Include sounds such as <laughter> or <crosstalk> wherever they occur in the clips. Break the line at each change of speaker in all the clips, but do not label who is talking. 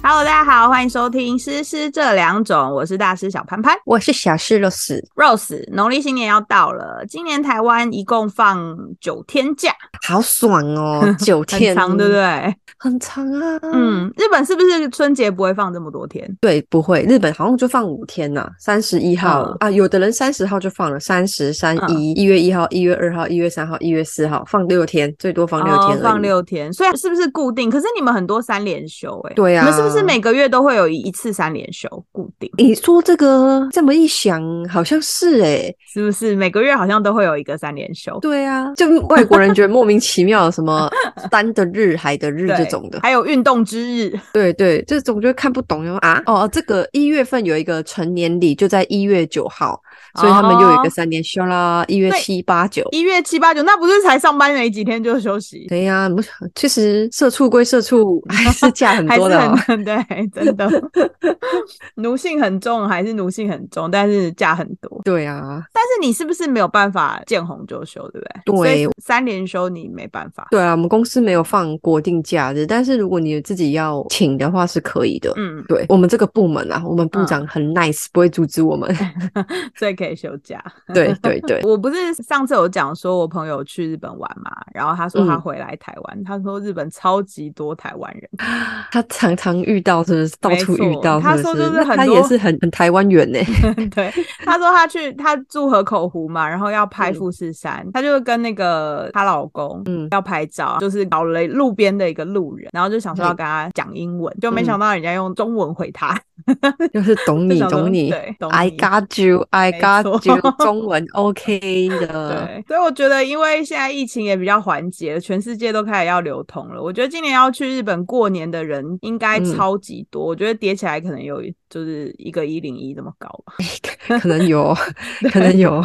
Hello，大家好，欢迎收听《诗诗这两种》，我是大师小潘潘
我是小诗洛斯，
Rose。农历新年要到了，今年台湾一共放九天假，
好爽 <laughs> 哦，九
很
天，
长，对不？对？
很长啊，嗯，
嗯，日本是不是春节不会放这么多天？
对，不会，日本好像就放五天呐、三十一号、
嗯
啊，有的人三十号就放了，三十、三一、一月一号、一月二号、一月三号、一月四号，放六天，最多放六天而已、
哦放六天，所以是不是固定？可是你们很多三连休、欸，哎，
对啊
你们是不是每个月都会有一一次三连休固定？
你说这个这么一想，好像是欸诶、
是不是每个月好像都会有一个三连休？
对啊， <laughs> 就外国人觉得莫名其妙，什么山的日、海的日这
对
种的，
还有运动之日，
对对，这种就看不懂哟啊。哦，这个一月份有一个成年礼，就在一月九号，所以他们又有一个
哦
三连休啦，一月
对
七、八、九。
一月七八九，那不是才上班没几天就休息？
对呀、我确实社畜归社畜， <laughs>
<laughs>
还是价很
还是
多的、哦。 <laughs>
很 <laughs> 对，真的奴性很重，还是奴性很重，但是假很多。
对啊，
但是你是不是没有办法见红就休，对不对？
对
所以三连休你没办法。
对啊，我们公司没有放国定假日，但是如果你自己要请的话是可以的。
嗯，
对我们这个部门啊，我们部长很 nice，、不会阻止
<laughs>
我们。
所以可以休假。
对对对，
我不是上次有讲说，我朋友去日本玩嘛，然后他说他
嗯
回来台湾，他说日本超级多台湾人，
他常常遇到，是不是到
没
处遇
错
到？
他
是不
说就是
那
很
他也
多
是很很台湾远呢、 <laughs>
<laughs> 对，她说她去，她住河口湖嘛，然后要拍
嗯
富士山，她就跟那个她老公，
嗯
嗯，要拍照，就是找了路边的一个路人，然后就想说要跟他讲英文，就没想到人家用中文回他，
就是
<laughs> 就
懂嗯 <laughs> 你
想说
懂你
对懂
，I
你
got you，I
没
got
错
you，中
<laughs>
文 OK 的。
对，所以我觉得，因为现在疫情也比较缓解了，全世界都开始要流通了。我觉得今年要去日本过年的人应该
嗯
超级多，我觉得叠起来可能有就是一个一零一这么高吧。
可能有，可能有。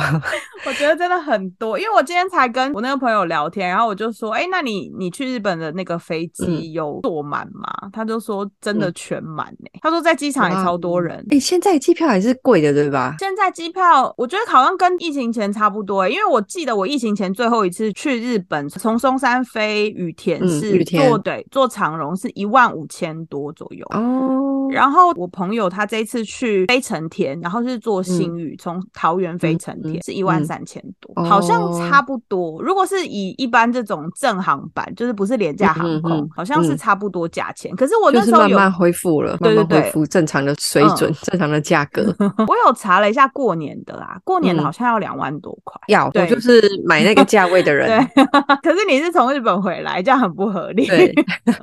我觉得真的很多，因为我今天才跟我那个朋友聊天，然后我就说，哎、那你你去日本的那个飞
嗯
机有坐满吗？他就说真的
嗯
全满呢、他说在机场也
哇
超多人。
哎、现在机票还是贵的，对吧？
现在机票我觉得好像跟疫情前差不多、欸，因为我记得我疫情前最后一次去日本，从松山飞羽田
嗯
是
羽田
坐对坐长荣是一万五千多左右。
哦，
然后我朋友他这一次去飞成田，然后是坐新宇，从桃园飞成
嗯
田、
嗯
是一万三千多，好像
哦
差不多。如果是以一般这种正航班，就是不是廉价航空，
嗯嗯嗯
好像是
嗯
差不多价钱。可是我
就
那
是
时候
慢
有，
慢恢复了，
对
慢
对嗯
慢恢
对
复正常的水准、正常的价格。
我有查了一下过年的啦，过年的
嗯
好像要两万多块。
要我
对
就是买
<laughs>
那个价位的人，
对， <laughs> 可是你是从日本回来，这样很不合理。
对
<laughs>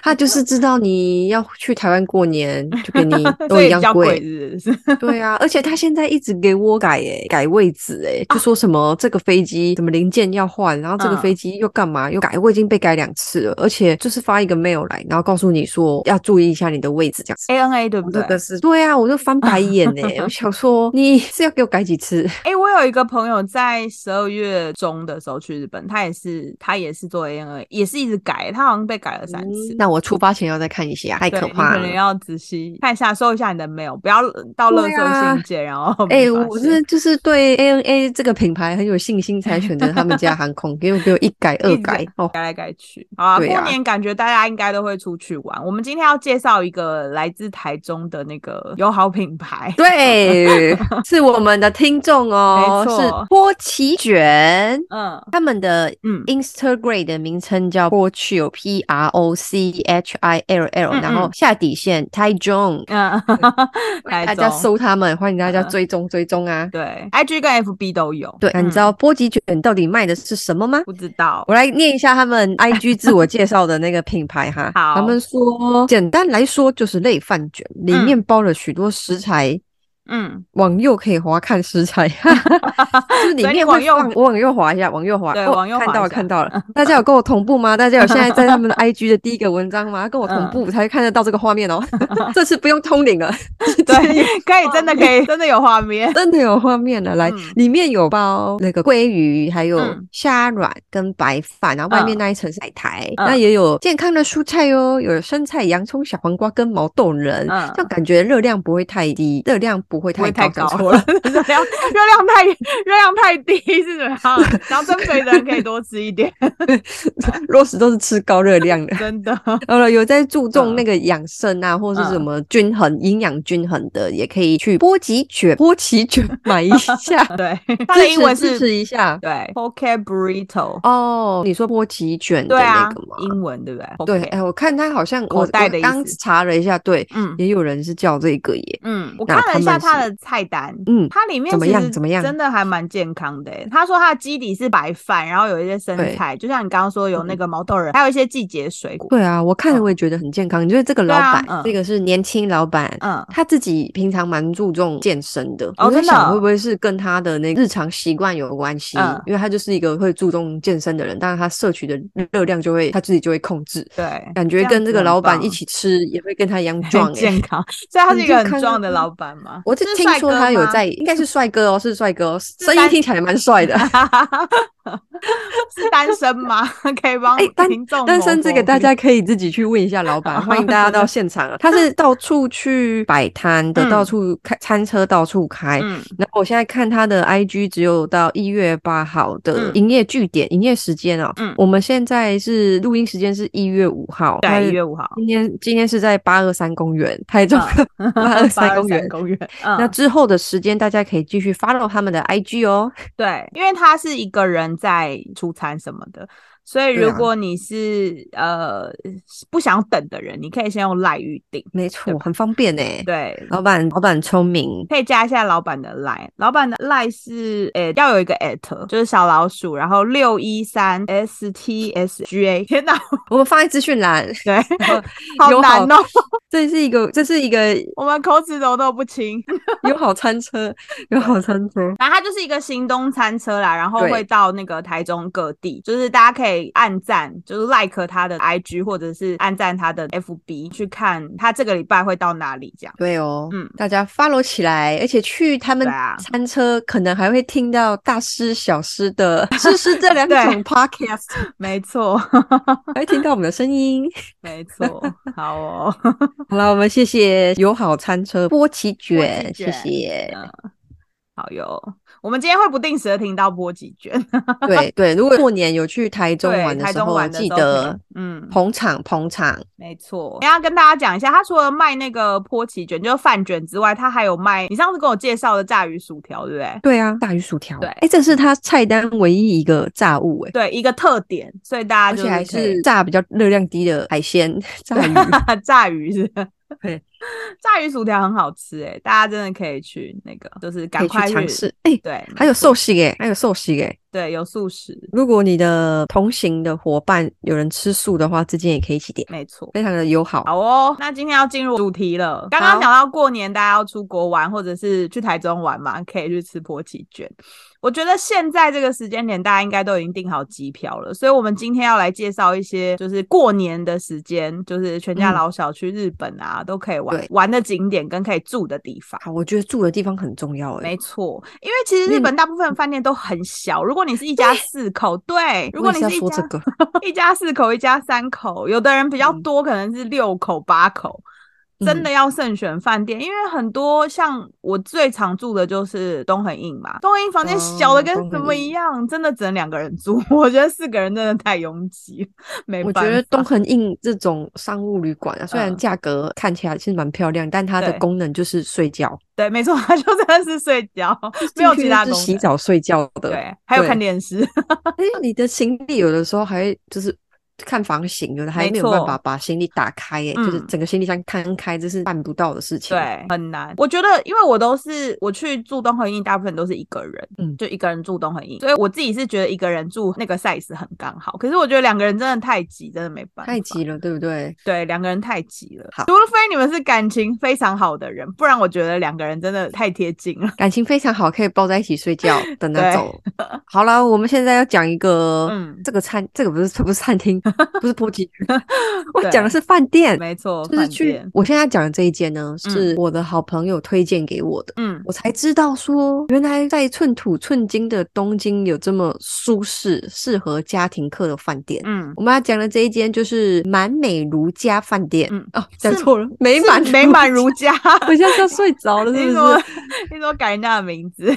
他就是知道你要去台湾过年，就
<laughs>
给你嗯都
所以
一
比
样
较贵，
贵。
是不是？
<laughs> 对啊，而且他现在一直给我改诶、改位置诶、就说什么这个飞机什么零件要换，然后这个
嗯
飞机又干嘛又改，我已经被改两次了，而且就是发一个 mail 来，然后告诉你说要注意一下你的位置这样子。
ANA 对不对
这？个是 <laughs> 对啊，我就翻白眼呢、 <laughs> 我想说你是要给我改几次？
哎、我有一个朋友在十二月中的时候去日本，他也是他也是做 ANA，也是一直改，他好像被改了三次。
<laughs> 那我出发前要再看一下，嗯太
对，
可
你
怕
可能
了。
要仔细看一下，搜一下你的 mail，不要到垃
对啊
圾信件，然后
哎、
没发
我
现
是就是对 ANA 这个品牌很有信心，才选择他们 <laughs> 家航空，给我给我一改二
一直
改哦。
改来改去。好啊，
对
过
啊
年感觉大家应该都会出去玩。我们今天要介绍一个来自台中的那个友好品 <laughs> 牌，
对，是我们的听众哦，
没错
是波奇卷，
嗯
他们的
嗯
Instagram 的名称叫 p o c h P R O C H I L L，
嗯
然后下底线 Taijon，
嗯，
欢迎
<laughs>
大
台
家
中
搜他们，欢迎大家
嗯
追踪追踪啊。
对，IG 跟 FB 都有。
对，那你
嗯
知道波吉卷到底卖的是什么吗？
不知道？，
我来念一下他们 IG 自我介绍的那个品牌哈
好
他们说简单来说就是类饭卷，里面包了许多食材，
嗯，
往右可以滑看食
<laughs>
材， <laughs> 就是里
所以你
面
往
会
右
放，我往右滑一下，往右滑，
对
哦
往右
看
滑
到
一
了，
下
看
<laughs>
到了，大家有跟我同步吗？大家有现在在他们的 IG 的第一个文章吗？跟我同步
嗯
才看得到这个画面
<laughs>
哦， <laughs> 这次不用通灵了，
对，可以，真的可
<laughs>
以，真的有画面。
真的有画面了，来，
嗯
里面有包那个鲑鱼，还有
嗯
虾软跟白饭，然后外面
嗯
那一层是海苔，
嗯
那也有健康的蔬菜哦，有生菜、洋葱、小黄瓜跟毛豆仁，
嗯
这样感觉热量不会太低，热量不会
不会太
高，
高
讲错了。
热量热量太热量太低是
<laughs>
怎么样？然后增肥的人可以多吃一点，
<laughs> 肉食都是吃高热量的，
真
<laughs>
的。
呃，有在注
嗯
重那个养生啊，或是什
嗯
么均衡、营养均衡的，也可以去波奇卷、波奇
<laughs>
卷买一下，
对，它的
支持
英文
支
是
持一下。
对 poke burrito，
哦，你说波奇卷的
对
那
啊
个吗？，
英文对不对？poke
对，哎、我看他好像我
口袋的
我
意
刚
思
查了一下，对，
嗯
也有人是叫这个耶。
嗯，我
那
看了
他
一下
们
它
是
的菜单，
嗯
它里面
怎么
其
样
实
怎么样
真的还蛮健康的欸。他说它的基底是白饭，然后有一些生
对
菜，就像你刚刚说有那
嗯
个毛豆仁，还有一些季节水果。
对啊，我看了
嗯
我也觉得很健康。就是这个
对
老
啊
板，
嗯
这个是年轻老板，
嗯，
他自己平常蛮注重健身的。
哦
我在
真的
想
哦
会不会是跟他的那个日常习惯有关系？
嗯
因为他就是一个会注重健身的人，但是他摄取的热量就会他自己就会控制。
对，
感觉
样
跟这
子
个
很
老板
棒
一起吃也会跟他一样壮
很 <laughs>
欸、
健康，所以他
你
是一
就
个很
看
壮的
那个
老板吗？
啊我是听
帅
说
哥
他有
吗
在，应该是帅哥哦，是帅哥哦，声音
单
听起来蛮帅
<laughs>
的。
是单身吗？ <laughs> 可以帮
哎单
听众
单
谋
身这个
谋
大
利
家可以自己去问一下老
<laughs>
板，欢迎大家到现场啊。他是到处去摆摊的，
嗯
到处开餐车，到处开。
嗯
然后我现在看他的 IG 只有到一月八号的
嗯
营业据点、营业时间哦。
嗯
我们现在是录音时间是一月五号，他
对，一月五号，
今天今天是在八二三公园，台中的八二三公园
823。公园，
<laughs> 那
嗯，
之后的时间，大家可以继续 follow 他们的 IG 哦。
对，因为他是一个人在出餐什么的，所以
对
如
啊
果你是、呃不想等的人，你可以先用赖预定，
没错，很方便呢。
对，
老板，老板聪明，
可以加一下老板的赖，老板的赖是呃、要有一个 at，就是小老鼠，然后六一三 s t s g a，天哪， <laughs>
我们放在资讯栏。 <laughs>
对，
友
好
好
难哦，
这是一个，这是一个
我们口齿都都不清。
友好餐车，友好餐车。
反正它就是一个行东餐车啦，然后
对
会到那个台中各地，就是大家可以按赞，就是 like 他的 IG 或者是按赞他的 FB 去看他这个礼拜会到哪里这样。
对哦，嗯
嗯，
大家 follow 起来，而且去他们
对啊
<laughs> 餐车，可能还会听到大师、小师
<laughs>
的诗诗这两种
对
podcast，
没错， <laughs>
还会听到我们的声音。
没错，好哦， <laughs>
好了，我们谢谢友好餐车波奇卷，
波奇
谢
卷
谢。
好哟。我们今天会不定时的听到波几卷，
对对，如果过年有去台中
对
玩的
台
时
中
候，
玩的
记
时候可以
得
嗯
捧场捧场。
没错。你要跟大家讲一下，他除了卖那个波奇卷，就是饭卷之外，他还有卖你上次跟我介绍的炸鱼薯条，对不对？
对啊，大鱼薯条。
对
哎，这是他菜单唯一一个炸物哎。
对，一个特点，所以大
而
家就
且还
可以
是炸比较热量低的海鲜炸
<laughs>
鱼，
炸鱼是不是
<laughs> 对，
炸鱼薯条很好吃哎、大家真的可以去那个，就是
可
赶
以去
快
尝试。哎、
对，
还有
没错
寿喜哎耶，还有寿喜耶。
对有素食，
如果你的同行的伙伴有人吃素的话，之间也可以一起点，
没错。
非常的友好。
好哦，那今天要进入主题了。刚
好
刚讲到过年大家要出国玩，或者是去台中玩嘛，可以去吃波奇卷。我觉得现在这个时间点，大家应该都已经订好机票了，所以我们今天要来介绍一些，就是过年的时间，就是全家
嗯
老小去日本啊，都可以玩
对
玩的景点跟可以住的地方。
好，我觉得住的地方很重要哎
没。错，因为其实日
嗯
本大部分饭店都很小。如果你是一家四口，对，如
我
果
也
你
是要
一
说
家、
这个，
一家四口、一家三口，有的人比较
嗯
多，可能是六口、八口，真的要慎选饭店，因为很多像我最常住的就是东恒印嘛，东恒印房间小的
哦
跟
东
什
恒
么一
印
样，真的只能两个人住。我觉得四个人真的太拥挤，没
我
办
觉
法。
得东恒印这种商务旅馆啊，虽然
嗯
价格看起来其实蛮漂亮，但它的
对
功能就是睡觉，
对，没错，他就真的是睡觉，没有
进去
其他
就
功
是洗
能。
澡睡觉的。
对，还有
对
看电视。
而且你的行李有的时候还就是看房型，有的还
没
没有办法
错
把行李打开、耶，就是
嗯
整个行李箱摊开，这是办不到的事情。，
对，很难。我觉得，因为我都是我去住东恒印，大部分都是一个人，
嗯
嗯，就一个人住东恒印，所以我自己是觉得一个人住那个 size 很刚好。可是我觉得两个人真的太挤，真的没办法，
太挤了，对不对？
对，两个人太挤了。除非你们是感情非常好的人，不然我觉得两个人真的太贴近了。
感情非常好，可以抱在一起
<laughs>
睡觉的那
对
种。好了，我们现在要讲一个，
嗯 <laughs>
这个餐，这个不是这不是餐厅，不是波奇居，我
对
讲的是饭店，
没错，
就是
饭
去
店。
我现在讲的这一间呢，是我的好朋友推荐给我的。
嗯，
我才知道说，原来在寸土寸金的东京有这么舒适、适合家庭客的饭店。
嗯，
我们要讲的这一间就是满美如家饭店。
嗯
哦，讲
是
错了， <laughs> 美
是
满
美满如
<laughs>
家。
家，我现在要睡着了，
你 <laughs>
是
怎
不
么
是？
你怎么改人家的名
<laughs>
字？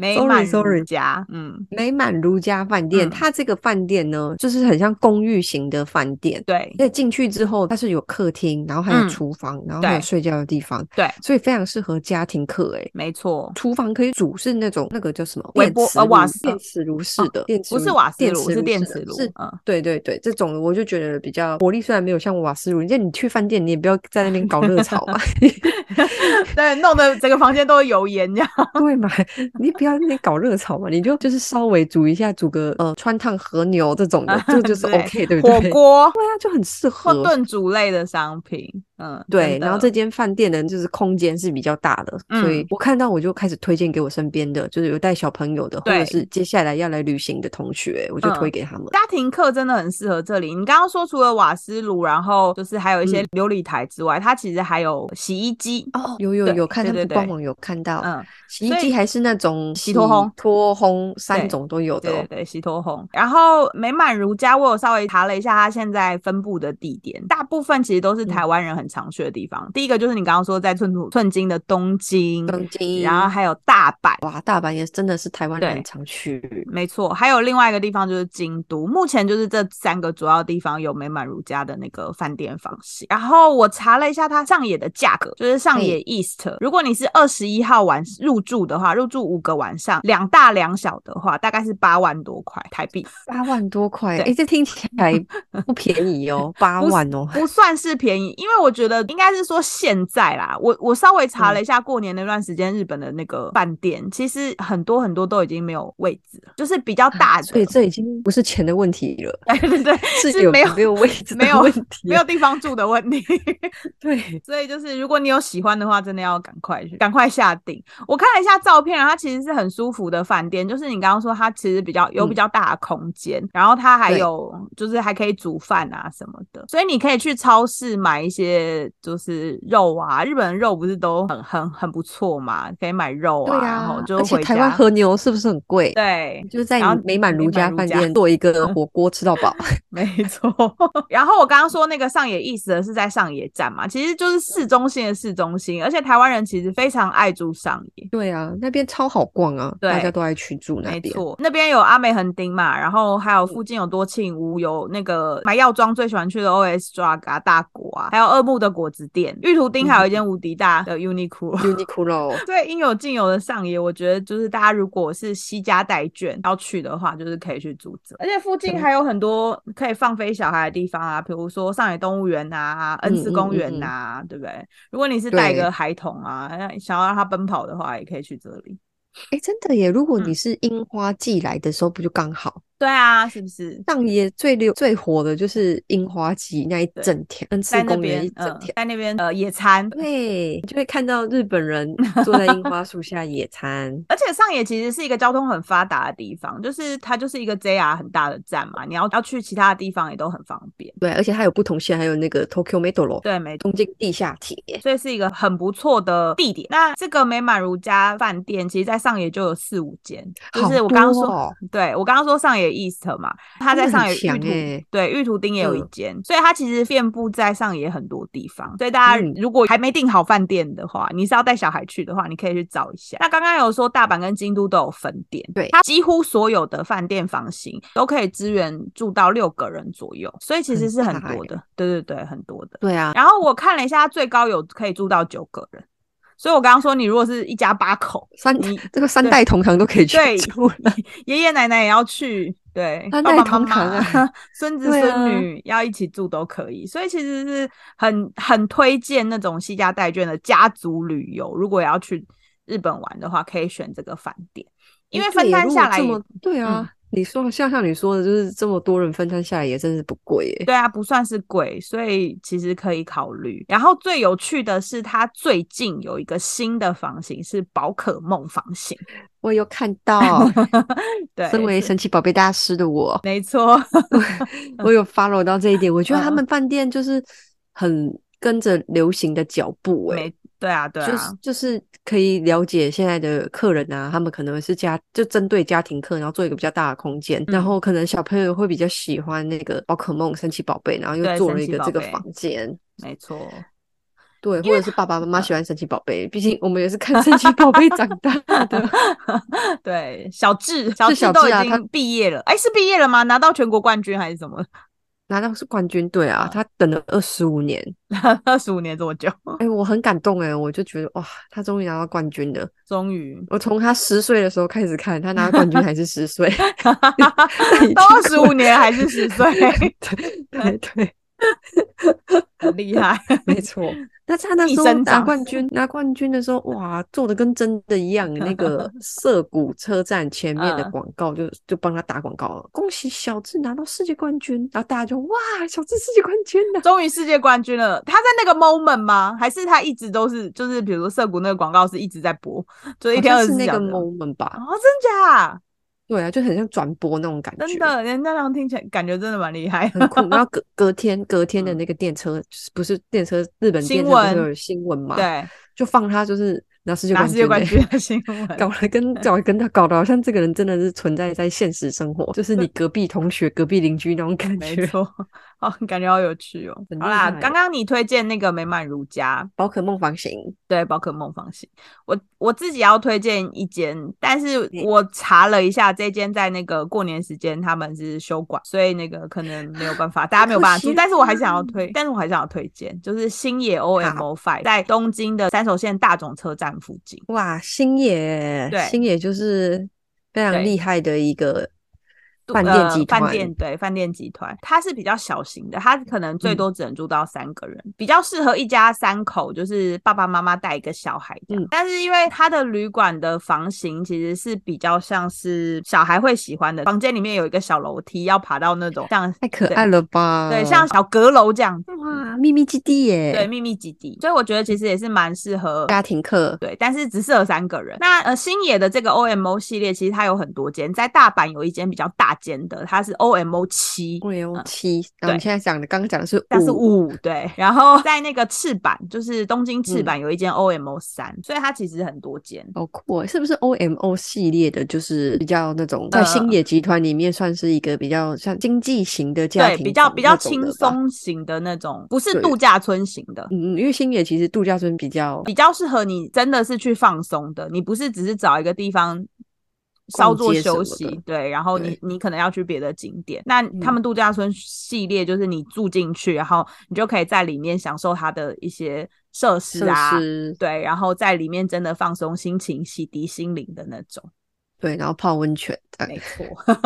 美满
Sorry，sorry
如家，嗯，
美满如家饭店，
嗯
它这个饭店呢，就是很像公寓型的饭店。
对
所以进去之后，它是有客厅，然后还有
嗯
厨房，然后还有
对
睡觉的地方，
对，
所以非常适合家庭客、欸。
没错，
厨房可以煮是那种那个叫什么
微
电
波
磁
呃
炉
瓦斯哦
电磁炉式的，电磁
不是
炉
瓦斯
电
炉，
磁
是电
式
磁
的
炉
是。
嗯，
对对对，这种的我就觉得比较火力虽然没有像瓦斯炉，人家你去饭店你也不要在那边搞热炒嘛，
对，弄得整个房间都是油烟这样。
<laughs> 对嘛？你不要在那边搞热炒嘛，你就就是稍微煮一下，煮个呃川烫和牛这种的，这就是
<laughs> 对
OK，对不
火
对？
锅 <laughs>
对啊，就很适合
或。炖煮类的商品，嗯，
对，
真的
然后这间饭店呢，就是空间是比较大的，所以
嗯
我看到我就开始推荐给我身边的，就是有带小朋友的，或者
对嗯
是接下来要来旅行的同学，我就推给他们。
家庭课真的很适合这里。你刚刚说除了瓦斯炉，然后就是还有一些
嗯
琉璃台之外，它其实还有洗衣机。
哦，有有
对
有，看他
对
们
对
官
对
网有看到，
嗯，
洗衣
所
机
以
还是那种
洗脱烘
脱烘三
对
种都有的
对
哦
对。对，洗脱烘。然后美满如家，我有稍微查了一下它现在分布的地点，大部分其实都是
嗯
台湾人很常去的地方。第一个就是你刚刚说在寸土寸金的东京，
东京，
然后还有大阪。
哇，大阪也真的是台湾人很
对
常去，
没错，还有另外一个地方就是京都，目前就是这三个主要地方有美满如家的那个饭店房型。然后我查了一下它上野的价格，就是上野 East，如果你是二十一号晚入住的话，入住五个晚上，两大两小的话，大概是八万多块台币，
八万多块，
对
哎，这听起来不便宜哦，八
不是
万哦，
不算是便宜，因为我觉得应该是说现在啦，我我稍微
嗯
查了一下过年那段时间日本的那个饭店，其实很多很多都已经没有位置了，就是比较大的，
啊所以这已经不是钱的问题了，
对对对，
是
是
有
没有
没有位置
没
的
有
问题
没
了，
有地方住的问题。
对，
所以就是，如果你有喜欢的话，真的要赶快去，赶快下定。我看了一下照片，啊然后它其实是很舒服的饭店，就是你刚刚说它其实比较有
嗯
比较大的空间，然后它还
对
有就是还可以煮饭啊什么的，所以你可以去超市买一些就是肉啊，日本的肉不是都很很很不错嘛，可以买肉
对
啊，然后
啊，
就
而且
回
台湾
家。
和牛是不是很贵？
对，
就是在
然后
你美满
美
如
满
家
如
饭
家
店做一
<laughs>
个火锅吃到饱，
没错， <laughs> 然后我刚刚说那个上野意思的是在上野站嘛，其实就是市中心的市中心，而且台湾人其实非常爱住上野。
对啊，那边超好逛啊，大
对
家都爱去住那
没
边，嗯
错，那边有阿美横丁嘛，然后还有附近有多庆屋，有那个买药妆最喜欢去的 OS Drug 啊、大果啊，还有二木的果子店、玉图
嗯
町，还有一间无敌大的 Uniqlo。 <laughs>
Uniqlo
对，应有尽有的上野，我觉得就是大家如果是惜家带眷要去的话，就是可以去住这，而且附近
对
还有很多可以放飞小孩的地方啊，比如说上野动物园啊、
嗯
恩赐公
嗯
园
嗯
呐、对不对？如果你是带一
对
个孩童啊，让想要让他奔跑的话，也可以去这里。
哎，真的耶！如果你
嗯
是樱花季来的时候，不就刚好？
对啊，是不是？
上野最流最火的就是樱花季那一
对
整天，恩赐
在那
公园
边
一，整
嗯
天，，
在那边呃野
<laughs>
餐，
对，你就会看到日本人坐在樱花树下野餐。
而且上野其实是一个交通很发达的地方，就是它就是一个 JR 很大的站嘛，你要要去其他的地方也都很方便。
<laughs> 对，而且它有不同线，还有那个 Tokyo Metro
对，没错。
东京地下铁。
所以是一个很不错的地点。那这个美满如家饭店，其实在上野就有四五间，就
好
是我刚刚说，
多哦
对我刚刚说上野 East 嘛，它
真
在
的
上
很
野
强
玉图，
欸
对玉图町也有一
嗯
间，所以它其实遍布在上野很多地方。所以大家
嗯
如果还没订好饭店的话，你是要带小孩去的话，你可以去找一下。那刚刚有说大阪跟京都都有分店，
对
它几乎所有的饭店房型都可以支援住到六个人左右，所以其实
很
是很
大
多
欸
的，对对对，很多的。
对啊，
然后我看了一下，它最高有可以住到九个人，所以我刚刚说，你如果是一家八口，
三
你
这个三
嗯对
代同堂都
<laughs>
可 <laughs> 以去
对
住了。啊
爷爷奶奶也要去，对，
三
爸
代
爸妈
同堂
妈、
啊
<laughs> 孙子
对啊
孙女要一起住都可以，所以其实是很很推荐那种西家带眷的家族旅游，如果要去日本玩的话，可以选这个饭店，因
诶
为
对
分
耶
摊
如
下来
果这
也嗯
么对啊，你说像像你说的，就是这么多人分摊下来也真是不贵耶。
对啊，不算是贵，所以其实可以考虑。然后最有趣的是，它最近有一个新的房型是宝可梦房型，
我有看到， <laughs>
对，
身为神奇宝贝大师的我，
没错， <laughs> 嗯
我有 follow 到这一点。我觉得他们饭店就是很跟着流行的脚步，哎
没，对啊，对啊，
就是就是可以了解现在的客人啊，他们可能是家就针对家庭客，然后做一个比较大的空间，
嗯
然后可能小朋友会比较喜欢那个宝可梦、神奇宝贝，然后
对
又做
神
了一
奇
个
宝
这个
贝
房间。
没错。
对，
因
或
为
者是爸爸妈妈
嗯
喜欢神奇宝贝，毕竟我们也是
<laughs>
看神奇宝贝长大的。
对，小智，小
小
都
智
已
啊他
经毕业了，哎、是毕业了吗？拿到全国冠军还是什么？ <laughs>
拿到是冠军队啊，他等了二十五年，
二十五年这么久，
哎、我很感动哎、我就觉得哇，他终于拿到冠军了。
终于
我从他十岁的时候开始看，他拿到冠军还是十岁，
<laughs>
<laughs>
都二十五年还是十
<laughs>
岁，
对对，
很厉害。 <laughs>
没错。那他那
一
时候
生
拿
长
冠军，拿冠军的时候，哇，做的跟真的一样。那
<laughs>
个涩谷车站前面的
嗯
广告就就帮他打广告了，恭喜小智拿到世界冠军，然后大家就哇，小智世界冠军了。
终于世界冠军了，他在那个 moment 吗？还是他一直都是就是，比如说涩谷那个广告是一直在播，就是一
好
天
像
二十
是
四
那
小
个
时吗。
moment 吧，
哦，真假？
对啊，就很像转播那种感觉，
真的，人家那样听起来感觉真的蛮厉害。
很酷。然
<laughs>
后隔隔天隔天的
嗯
那个电车，就是不是电车，日本
新
电车不
闻
是有新闻嘛？，
对，
就放他就是拿世界
拿
冠
世
军、
界
欸，
冠军的新闻，
搞得跟搞得跟他搞得好像这个人真的是存在在现实生活，就是你隔壁同学、隔壁邻居那种感
没
<laughs> 觉。
错，哦，感觉好有趣哦
很。
好
厉
啦，
害
刚刚你推荐那个美满如家，
宝可梦房型，
对宝可梦房型，我我自己要推荐一间，但是我查了一下，这间在那个过年时间他们是休馆，所以那个可能没有办法，大家没有办法
可惜
住，但是我还想要推，但是我还想要推荐，就是星野 OMO Five 在东京的三手线大冢车站附近。
哇，星野
对，
星野就是非常
对
厉害的一个饭
呃
店集团，
饭店对饭店集团，它是比较小型的，它可能最
嗯
多只能住到三个人，比较适合一家三口，就是爸爸妈妈带一个小孩这样。
嗯
但是因为它的旅馆的房型其实是比较像是小孩会喜欢的，房间里面有一个小楼梯，要爬到那种像
太呃可爱了吧？
对像小阁楼这样，
哇，秘密基地耶，
对秘密基地，所以我觉得其实也是蛮适合
家庭课，
对，但是只适合三个人。那呃，星野的这个 OMO 系列，其实它有很多间，在大阪有一间比较大间的，它是 OMO 七。
我也有七。
嗯
然后
对
你现在讲的，刚刚讲的是
但是
五，嗯
五对，然
<laughs>
后在那个赤坂，就是东京赤坂有一间 OMO 三、所以它其实很多间。
好酷哦！是不是 O M O 系列的，就是比较那
呃
种在星野集团里面算是一个比较像经济型的家
对，
庭，
比较比较轻。松型的那种，不是
对
度假村型的，
嗯，因为星野其实度假村比较
比较适合你真的是去放松的，你不是只是找一个地方稍作
逛街什
休
么
息
的，
对，然后你
对嗯
你可能要去别的景点。那他们度假村系列就是你住进去，然后你就可以在里面享受它的一些设施
设
啊，
施，
对，然后在里面真的放松心情、洗涤心灵的那种。
对，然后泡温泉这样
没
<laughs>
错，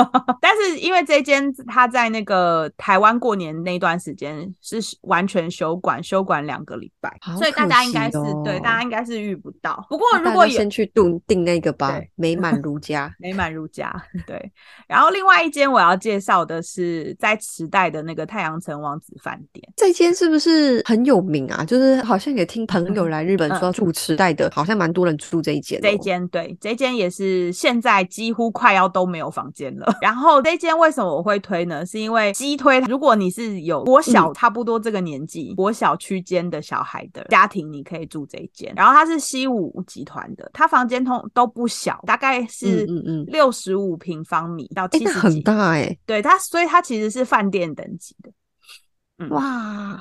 但是因为这间他在那个台湾过年那段时间是完全休馆，休馆两个礼拜
好，
所以大家应该是、
可惜哦
对大家应该是遇不到。不过
那
如
大
果
家
有
先去订订那个吧
对，。
美满如家
美满如家，对。然后另外一间我要介绍的是在池袋的那个太阳城王子饭店，
这间是不是很有名啊？就是好像也听朋友来日本
嗯
说住池袋的，好像蛮多人住这一间哦。
这一间对，这一间也是现在几乎快要都没有房间了。 <laughs> 然后这一间为什么我会推呢？是因为鸡推，如果你是有
嗯
国小差不多这个年纪、国小区间的小孩的家庭，你可以住这一间。然后它是西武集团的，它房间通都不小，大概是
嗯嗯嗯
六十五平方米到
哎，
七
那
十
很
几，
大哎、
对它，所以它其实是饭店等级的。嗯
哇，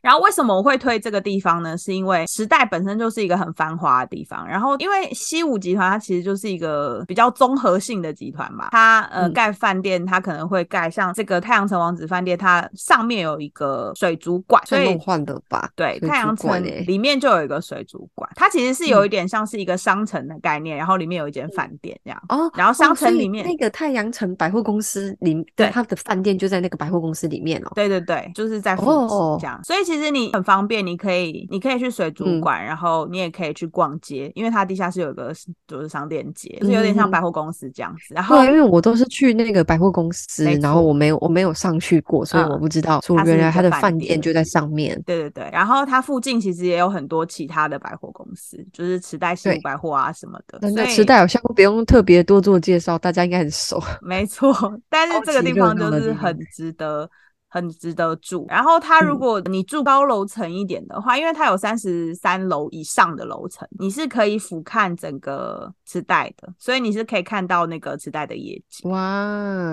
然后为什么我会推这个地方呢？是因为时代本身就是一个很繁华的地方。然后因为西武集团它其实就是一个比较综合性的集团嘛，它呃
嗯
盖饭店，它可能会盖像这个太阳城王子饭店，它上面有一个水族馆，所
太
以
梦。幻了吧？
对，
水
太
族
阳城
馆嗯哎
里面就有一个水族馆，它其实是有一点像是一个商城的概念，然后里面有一间饭店这样。
哦，
然后商
嗯哦所
城
以
里面
那个太阳城百货公司里，
对
它的饭店就在那个百货公司里面哦。
对对对，就是在附近
哦
这样。所以以其实你很方便，你可以你可以去水
嗯
族馆，然后你也可以去逛街，因为它地下室有一个就是商店街，就是有点像百货公司这样子。然后
嗯对，因为我都是去那个百货公司
没，
然后我没有我没有上去过，所以
嗯
我不知道说
它是
原
一
来
个
它的
饭
饭
店
店就在上面。
对对对，然后它附近其实也有很多其他的百货公司，就是池袋西武
对
百货啊什么的。
那那
所以
池袋好像不用特别多做介绍，大家应该很熟。 <laughs>
没错， <laughs> 但是
超
这个
级
地
热
方
闹
就
的
是
地方欸
很值得。很值得住。然后它如
嗯
果你住高楼层一点的话，因为它有三十三楼以上的楼层，你是可以俯瞰整个池袋的，所以你是可以看到那个池袋的夜景。
哇，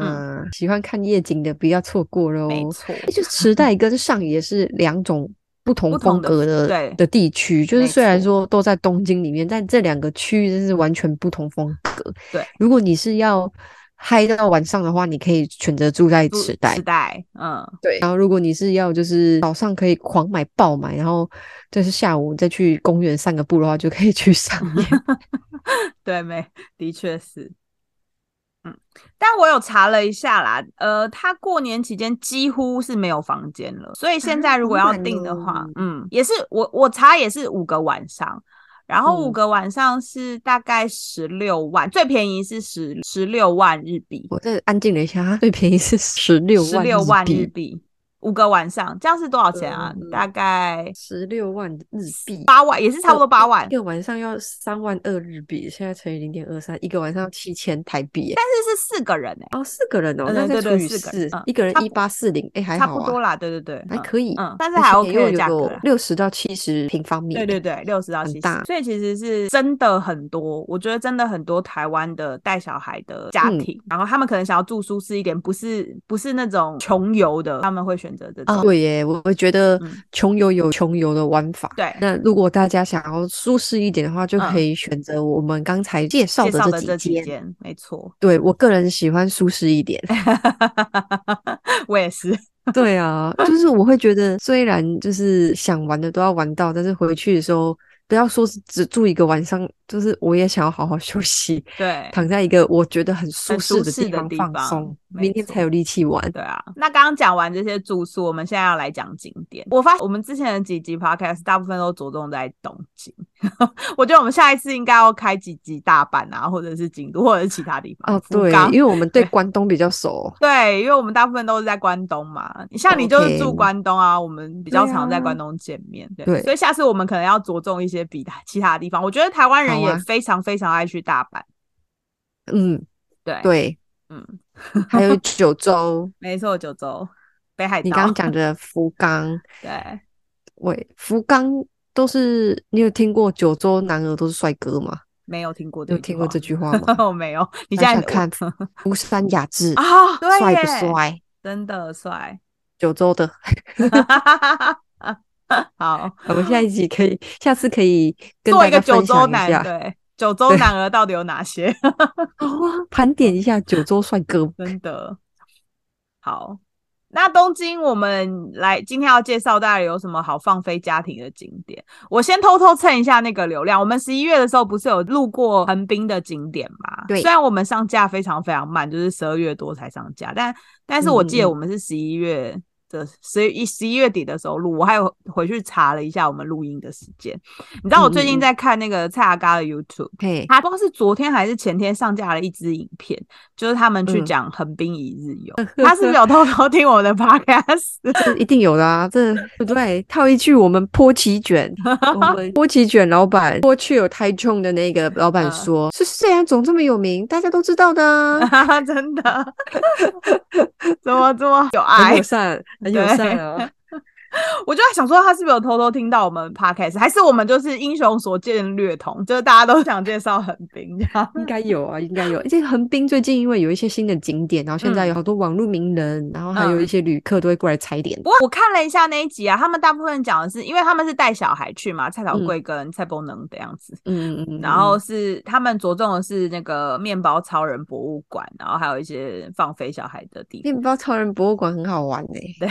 嗯喜欢看夜景的不要错过喽。
没错，
诶就池
<laughs>
袋跟上野是两种不
不
同
同
风
的
格的
对
地区，就
没
是虽然
错
说都在东京里面，但这两个区域真是完全不同风格。
对，
如果你是要嗨到晚上的话，你可以选择住在
住
池袋
池。袋，嗯，
对，然后如果你是要就是早上可以狂买爆买，然后就是下午再去公园散个步的话，就可以去上野。
对，没，的确是。嗯，但我有查了一下啦，呃，他过年期间几乎是没有房间了，所以现
啊
在如
好
果要
晚
订的话，
哦
嗯，也是我我查也是五个晚上，然后五
嗯
个晚上是大概十六万，最便宜是十十六万日币，
我这安静了一下，啊它最便宜是十六
十
万
六万日
币，
币，五个晚上，这样是多少钱啊？
嗯
大概
十六万日币，
八万，也是差不多八万
一，个晚上要三万二日币，现在乘以零点二三，一个晚上要七千台币耶。
但是是四个人哎、
哦，四个人哦，
嗯
那
对
再
对
除以
四个
四
人嗯，
一个人
差不
一八四零，哎，还
差
好
不多
啊，
啦，对对对，
还
嗯
可以
嗯，但是
而
还
且
OK
又
的价格
有
啦。
六十到七十平方米，
对对对，六十到
很
七十
大，
所以其实是真的很多。我觉得真的很多台湾的带小孩的家
嗯
庭，然后他们可能想要住舒适一点，不是不是那种穷游的，他们会选择这种。
啊，对耶，我我觉得
嗯
穷游有穷游的玩法。
对
那如果大家想要舒适一点的话，就可
嗯
以选择我们刚才介绍
介
的
绍的
这
这
几
几
间。
间，没错，
对我个人喜欢舒适一点。
我也是。
<laughs> 对啊，就是我会觉得，虽然就是想玩的都要玩到，但是回去的时候，不要说是只住一个晚上，就是我也想要好好休息，
对，
躺在一个我觉得很舒
很舒
适的
适
地
的
方
地
放
方
松，
没
明天
错
才有力气玩。
对啊，那刚刚讲完这些住宿，我们现在要来讲景点。我发我们之前的几集 podcast 大部分都着重在东京， <laughs> 我觉得我们下一次应该要开几集大阪啊，或者是京都，或者是其他地方。
哦，
福
对，
冈
因为我们对
对
关东比较熟。
对，因为我们大部分都是在关东嘛，你像你就是住
OK
关东啊，我们比较
对
常在关
啊
东见面，对，
对
所以下次我们可能要着重一些比他其他地方。我觉得台湾人
好
也
啊
非常非常爱去大阪，
嗯，
对，
对，
嗯，<laughs>
还有九州，
没错，九州、北海道，
你刚刚讲的福冈，
对，
喂，福冈都是你有听过九州男儿都是帅哥吗？
没有听过
你
这
有
句
听过
话
这句话吗？
<laughs> 我没有，你
你
现在 <laughs>
想看福山雅治
啊？对
帅不
耶？
帅？
真的
<laughs>
帅， <laughs>
九州的，
好，
我们下一集可以，下次可以跟
做
大
一个
家
九
分
州
享一
男，
下，
对，九州
对
男儿到底有哪些？
好啊， <laughs> 盘点一下九州帅哥。
真的好。那东京，我们来今天要介绍大家有什么好放飞家庭的景点。我先偷偷蹭一下那个流量。我们十一月的时候不是有路过横滨的景点吗？
对
虽然我们上架非常非常慢，就是十二月多才上架，但但是我记得
嗯嗯嗯
我们是十一月的十一十一月底的时候录，我还有回去查了一下我们录音的时间。你知道我最
嗯嗯
近
嗯
在看那个蔡阿嘎的 YouTube，
嘿，
他不知道是昨天还是前天上架了一支影片，就是他们去
嗯
讲横滨一日游。他是不是有偷偷听我的
<laughs>
podcast？
这一定有的啊，这对不对？套一句我们波奇
<laughs>
卷，我们波奇卷老板过去有台中的那个老板
嗯
说，是虽然总这么有名，大家都知道的啊，
真的？ <laughs> 怎么这么有
很
爱
友？善，
<laughs>
很友
对
善啊。
我就在想说，他是不是有偷偷听到我们 podcast？还是我们就是英雄所见略同，就是大家都想介绍横滨这样？
应该有啊，应该有。而且横滨最近因为有一些新的景点，然后现在
嗯
有好多网络名人，然后还有
嗯
一些旅客都会过来踩点。
不过我看了一下那一集啊，他们大部分讲的是，因为他们是带小孩去嘛，蔡小
嗯
贵跟蔡伯能的样子。
嗯嗯嗯嗯，
然后是他们着重的是那个面包超人博物馆，然后还有一些放飞小孩的地方。 <laughs>
面包超人博物馆很好玩呢、
对，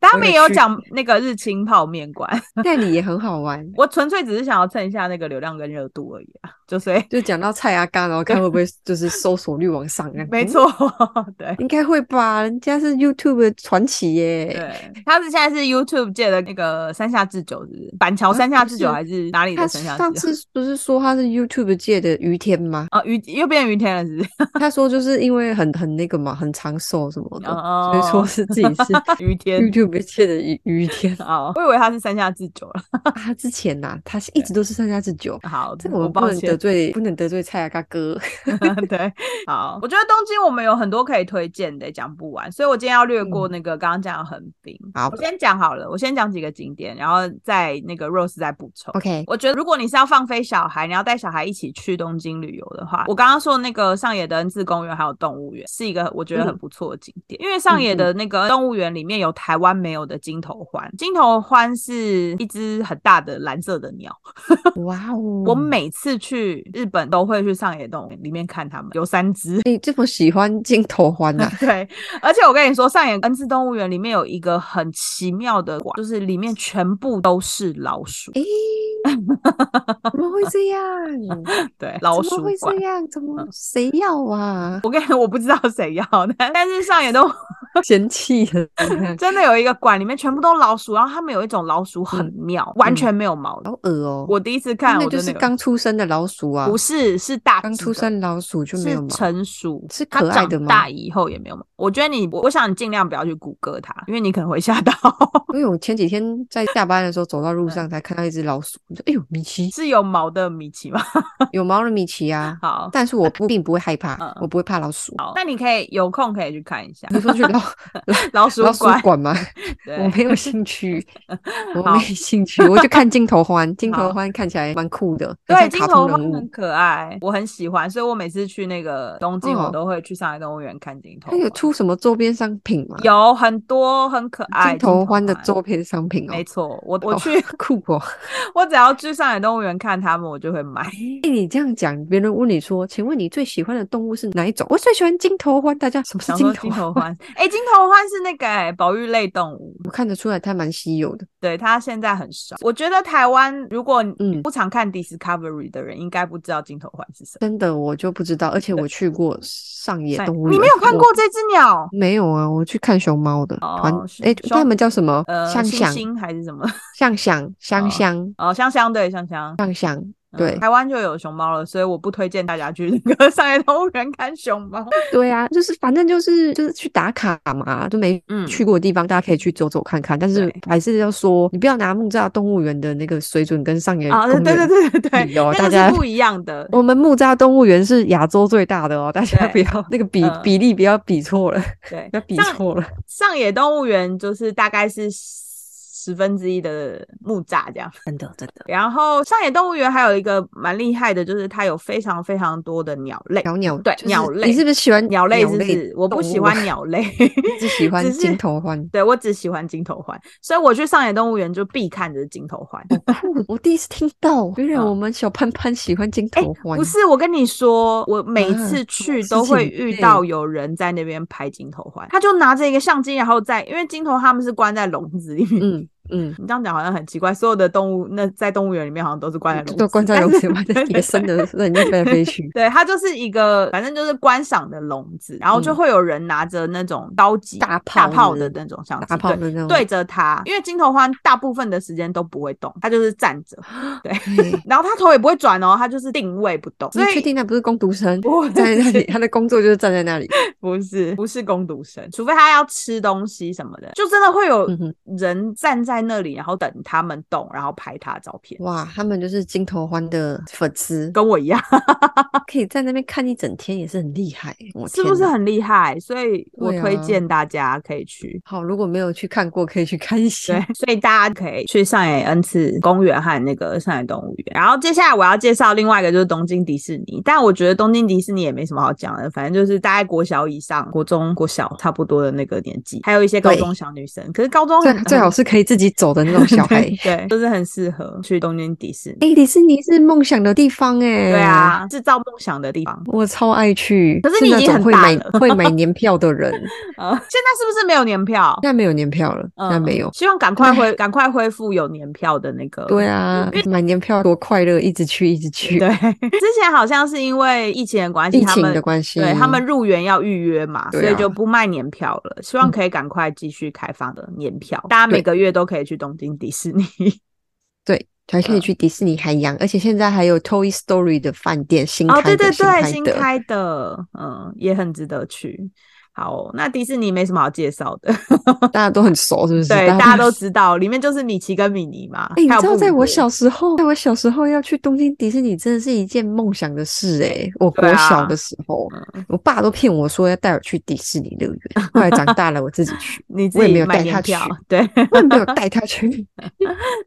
但他们也有讲像那个日清泡面馆， <laughs>
<laughs> 代理也很好玩。
我纯粹只是想要蹭一下那个流量跟热度而已啊，就
<laughs>
所以
就讲到蔡阿嘎，然后看会不
<laughs>
会就是搜索率往上。嗯
没，错，
<laughs>
对。
应该会吧，人家是 YouTube 的传奇耶。
对，他是现在是 YouTube 界的那个山下智久，是不是？板桥山下智久
啊不是
还是哪里
他
的山下
上
智久？？
次不是说他是 YouTube 界的于天吗
哦，于又变于天了，是不是？
他说就是因为很很那个嘛，很长寿什么的，
哦
所以说是自己是
<laughs> 于天。
YouTube 界的于于天
哦，我以为他是山下智久了。
啊他之前呐、他是一直都是三家之九。
好，
这个
嗯我
我不
抱
能得
歉。
罪，不能得罪蔡阿嘎哥。
<laughs> 对，好，我觉得东京我们有很多可以推荐的，讲不完，所以我今天要略过那个刚刚讲的横滨。
好
我先讲嗯好了，我先讲几个景点，然后再那个 Rose 再补充。
OK，
我觉得，如果你是要放飞小孩，你要带小孩一起去东京旅游的话，我刚刚说的那个上野的恩赐公园还有动物园，是一个我觉得很不错的景点。因为上野的那个动物园里面有台湾没有的金头獾，金头獾是一只很大的蓝色的鸟。
哇哦！
我每次去日本都会去上野动物园里面看它们，有三只。 <laughs>
你这么喜欢金头环呐、
对，而且我跟你说，上野恩赐动物园里面有一个很奇妙的馆，就是里面全部都是老鼠。
诶，怎么会这样？
对，老
怎
鼠
么会
馆嗯
这。样？怎么谁要
<laughs>
啊？
我跟我不知道谁要的，但是上野动物
嫌弃了。
真的有一个馆，里面全部都老鼠，然后他们有一种老鼠很妙，完全没有毛的。
好恶嗯哦、
我第一次看，我
那就
真
是
的有
刚出生的老鼠啊，
不是是大
刚
只
出
的
生老鼠就没有
是
毛。
成熟，
是
它
可爱
长
的吗
大以后也没有毛。我觉得你，我我想你尽量不要去谷歌它，因为你可能会吓到。 <laughs>
因为我前几天在下班的时候走到路
嗯
上才看到一只老鼠，我就哎呦米奇，
是有毛的米奇吗？ <laughs>
有毛的米奇啊！
好，
但是我不并不会害怕
哦嗯，
我不会怕老鼠。
好，那你可以有空可以去看一下 <laughs>
你说去老
老鼠 <laughs>
老鼠
馆。
馆吗？
对
我没有
<laughs>
兴趣，我
好
没兴趣，我就看镜头
<laughs>
欢，镜
好
头欢看起来蛮酷的，很
对，
像
金
卡
头
通
花
人
很
物。
可爱，我很喜欢，所以我每次去那个东京，我
哦
都会去上海动物园看金头
它
花。
有哎出什么周边商品吗？
有很多很可爱
金头欢的
金头
周边商品
花
哦 <laughs>
没，错，我我
好
去，
酷哦！
我只要去上海动物园看他们，我就会买。
哎，你这样讲，别人问你说，请问你最喜欢的动物是哪一种？我最喜欢金头欢，大家什么是
想
金
说
头
金
欢？
头欢，哎、金头欢是那个、欸、保育类动物，
我看得出来它蛮稀有的。
对它现在很少。我觉得台湾如果你
嗯
不常看 Discovery 的人，应该不知道金头欢是什么。
真的，我就不知道，而且我去过上野
在
动物园，
你没有看
我
过这只鸟？
没有啊，我去看熊猫的
哦
团，
是
哎，
熊
那他们叫什么？
呃，
香
星
香，
星还是什么？ <laughs>
香香，
哦
香香，
哦，香香对，香香。
香香，
嗯
对
台湾就有熊猫了，所以我不推荐大家去那个 <laughs> 上海动物园看熊猫。
对啊，就是反正就是就是去打卡嘛，就没
嗯
去过的地方，大家可以去走走看看。但是
对
还是要说，你不要拿木栅动物园的那个水准跟上野
啊，对
公
对
园
对对对，
比哦，
那
大
个
家
是不一样
<laughs>
的。
我们木栅动物园是亚洲最大的哦，大家不
对
要那个比
嗯
比例不要比错了，
对
不，要比
上
错了。
上野动物园就是大概是十分之一的木栅这样。
真的真的，
然后上野动物园还有一个蛮厉害的，就是它有非常非常多的鸟类。
鸟鸟
对
就是
鸟类
你是不是喜欢
鸟类
鸟
是不是？我不
动
喜
物
欢
啊，
鸟类，
你 <laughs> 只喜欢
只是
金头獾。
<laughs> 对我只喜欢金头獾，所以我去上野动物园就必看的金头獾。
酷我第一次听到，原来
嗯
我们小潘潘喜欢金
哎
头獾，
不是，我跟你说，我每
啊
次
什
去
么
都
事情
会遇
对
到有人在那边拍金头环，他就拿着一个相机，然后在因为金头他们是关在笼子里面。
嗯嗯，
你这样讲好像很奇怪，所有的动物那在动物园里面好像都是关在笼子，
都关在
但
笼
是 <laughs>
子嘛，在
对
一个
对。
生的 <laughs> 在里面飞来飞去
对，它就是一个，反正就是观赏的笼子，然后就
嗯
会有人拿着那种高级
大
大
炮
炮
是
的
不
那种相机，
大炮
对
的那种
对着它，因为金头獾大部分的时间都不会动，它就是站
<gasps>
着，对，
对，
<laughs> 然后它头也不会转哦，它就是定位不动，
你
所以
确定那不是工读生
不
站在
<laughs>
那里？他的工作就是站在那里。
不是不是工读生，除非他要吃东西什么的，就真的会有
嗯哼，
人站在那里，然后等他们动，然后拍他的照片，
哇，他们就是金头獾的粉丝，
跟我一样，
可以在那边看一整天，也是很厉害。我
是不
天
是
哪
很厉害？所以我
对啊
推荐大家可以去。
好？如果没有去看过，可以去看一
对
下。，
<laughs> 所以大家可以去上海恩赐公园和那个上海动物园。然后接下来我要介绍另外一个就是东京迪士尼，但我觉得东京迪士尼也没什么好讲的，反正就是大概国小以以上，国中、国小差不多的那个年纪，还有一些高中小女生。可是高中
最
很
最好是可以自己走的那种小孩。
<laughs> 对，就是很适合去东京迪士尼。
哎、迪士尼是梦想的地方哎、
对，啊，制造梦想的地方。
我超爱去。
可是你
那
已经
种
很
会
大
买
了
会
<laughs>
买年票的人，
呃，现在是不是没有年票？
现在没有年票了， <laughs> 现在
嗯
没有。
希望赶快恢赶快恢复有年票的那个。
对啊，买年票多快乐，一直去一直去。
对， <laughs> 之前好像是因为疫情的关系，
疫
他
情
们
的关系，
对他们入园要预约嘛，
对
所以
啊嗯
就不卖年票了。希望可以赶快继续开放的年票，大家每
对
个月都可以去东京迪士尼。
对还可以
嗯
去迪士尼海洋，而且现在还有 Toy Story 的饭店新
哦，
开
对
的，
对对，
新
新
开的。
开的，嗯，也很值得去。好，那迪士尼没什么好介绍的，
大家都很熟，是不是？
对，大家都
哎、
知道，里面就是米奇跟米妮嘛。
诶你
还有
知道，
布
在
鲁
我
耶
小时候，在我小时候要去东京迪士尼，真的是一件梦想的事哎、我国
对啊，
小的时候，我爸都骗我说要带我去迪士尼乐园，后来长大了我自己去
你
我
自
也没
己
有
买
带
年
他
票
去，
对，
我也没有带他
<laughs>
去。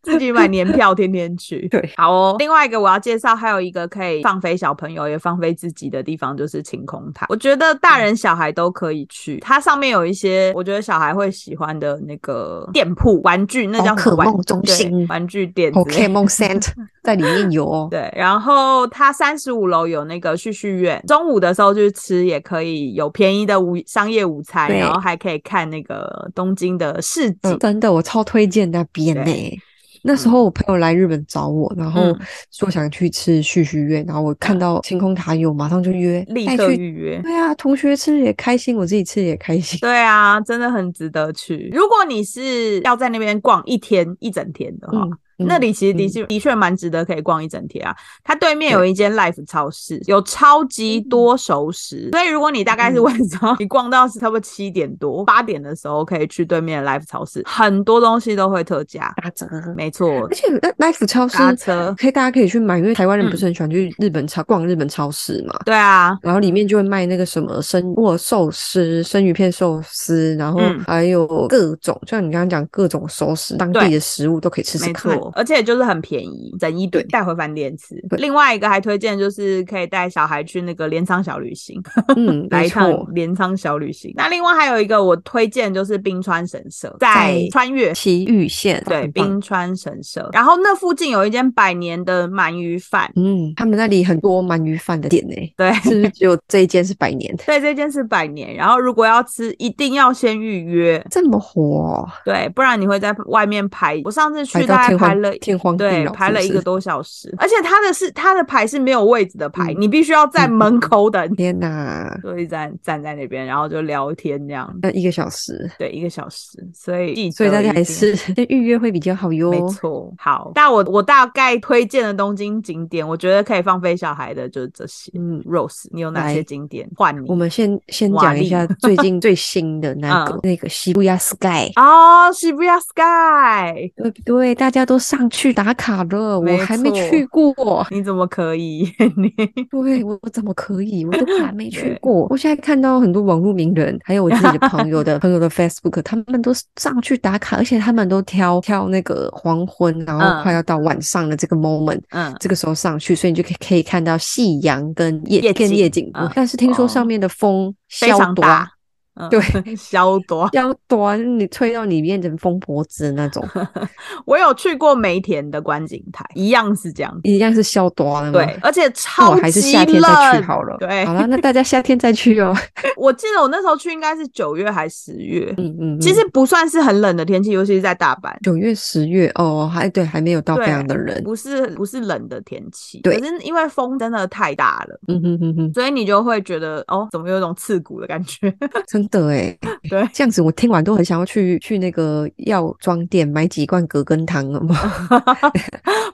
自己买年票，天天去。
<laughs> 对，
好哦。另外一个我要介绍，还有一个可以放飞小朋友也放飞自己的地方，就是晴空塔。我觉得大人小孩都可以去，它上面有一些我觉得小孩会喜欢的那个店铺玩具，那叫什么
宝哦可
玩
梦中
对
心
玩具店之类的
Pokemon Center 在里面有哦，
对，然后它三十五楼有那个旭旭苑，中午的时候去吃也可以有便宜的午商业午餐，
对
然后还可以看那个东京的市集。
嗯真的，我超推荐那边呢、那时候我朋友来日本找我，然后
嗯
说想去吃旭旭苑，然后我看到晴空塔有，马上就约，
立
带
刻
去。
预约，
对啊，同学吃也开心，我自己吃也
<laughs>
开心。
对啊，真的很值得去。如果你是要在那边逛一天一整天的话，
嗯，嗯
那里其实的
嗯
确、的确蛮值得可以逛一整天啊。它对面有一间 Life 超市，有超级多熟食，所以如果你大概是
嗯
晚上、 <laughs> 你逛到是差不多七点多八点的时候，可以去对面的 Life 超市，很多东西都会特价。
打折。
没错
而，且嗯那 Life 超市
搭车
可以，大家可以去买，因为台湾人不
嗯
是很喜欢去日本超、逛日本超市嘛。
对啊，
然后里面就会卖那个什么生握寿司、生鱼片寿司，然后
嗯
还有各种，像你刚刚讲各种熟食，当
对
地的食物都可以吃吃
没
看。
错，而且就是很便宜，整一堆
对
带回饭店吃。
对
另外一个还推荐就是可以带小孩去那个镰仓小旅行，
嗯，
来
没
一趟
错。
镰仓小旅行。那另外还有一个我推荐就是冰川神社，在
在
穿越。
奇嗯遇县
对，
很棒
冰川神社，然后那附近有一间百年的鳗鱼饭，
嗯，他们那里很多鳗鱼饭的店呢、
对，
是不是只有这一间是百年？
对，这间是百年。然后如果要吃，一定要先预约，
这么火哦、
对，不然你会在外面排。我上次
排
去
到
大概
天荒
排了
天荒地
对，
老
排
是不
了一
是
个多小时，而且它的是它的排是没有位置的排，
嗯
你必须要在
嗯
门
嗯
口等， <laughs>
天哪，
所以站站在那边，然后就聊天这样，
要一个小时，
对，一个小时，所以记
所以
得
大家
一
还
定
是先 <laughs> 预约会比较好哟。
没错。好，那我我大概推荐的东京景点，我觉得可以放飞小孩的就是这些。
嗯
，Rose，你有哪些
来
景点？换你
我们先先
瓦啊
讲一
力
下最近最新的
<laughs>
那个、那个西布亚 Sky，
哦，西伯利亚 Sky，
对不对？大家都上去打卡了，
没
我还没
错
去过。
你怎么可以？ <laughs> 你
对我我怎么可以？我都
<laughs>
还没去
对
过。我现在看到很多网络名人，还有我自己的朋友
<laughs>
的朋友的 Facebook，他们都上去打卡，而且他们都挑挑那个黄昏，然后快
嗯
要到晚上的这个 moment，、
嗯，
这个时候上去，所以你就可以可以看到夕阳跟夜
夜
跟
景
夜景。
嗯
但是听说上
哦
面的风
非
消
常
毒，
大，嗯
对，
消多。
消短，你吹到你变成风脖子那
<laughs>
种，
我有去过梅田的观景台，一样是这样。
一样是消短的吗？
对，而且
那
超级
我嗯哦还是夏天再去好了。
对
好，了，那大家夏天再去
<laughs>
哦。
我记得我那时候去应该是九月还是十月，
嗯嗯，
其
嗯
实不算是很冷的天气，尤其是在大阪，
九月、十月哦，还对，还没有到
对
非常的冷。
不是不是冷的天气。
对
可是因为风真的太大了，
嗯哼哼哼，
所以你就会觉得哦，怎么有一种刺骨的感觉？ <laughs>
真的哎，
对，
这样子我听完都很想要去去那个药妆店买几罐葛根糖了吗？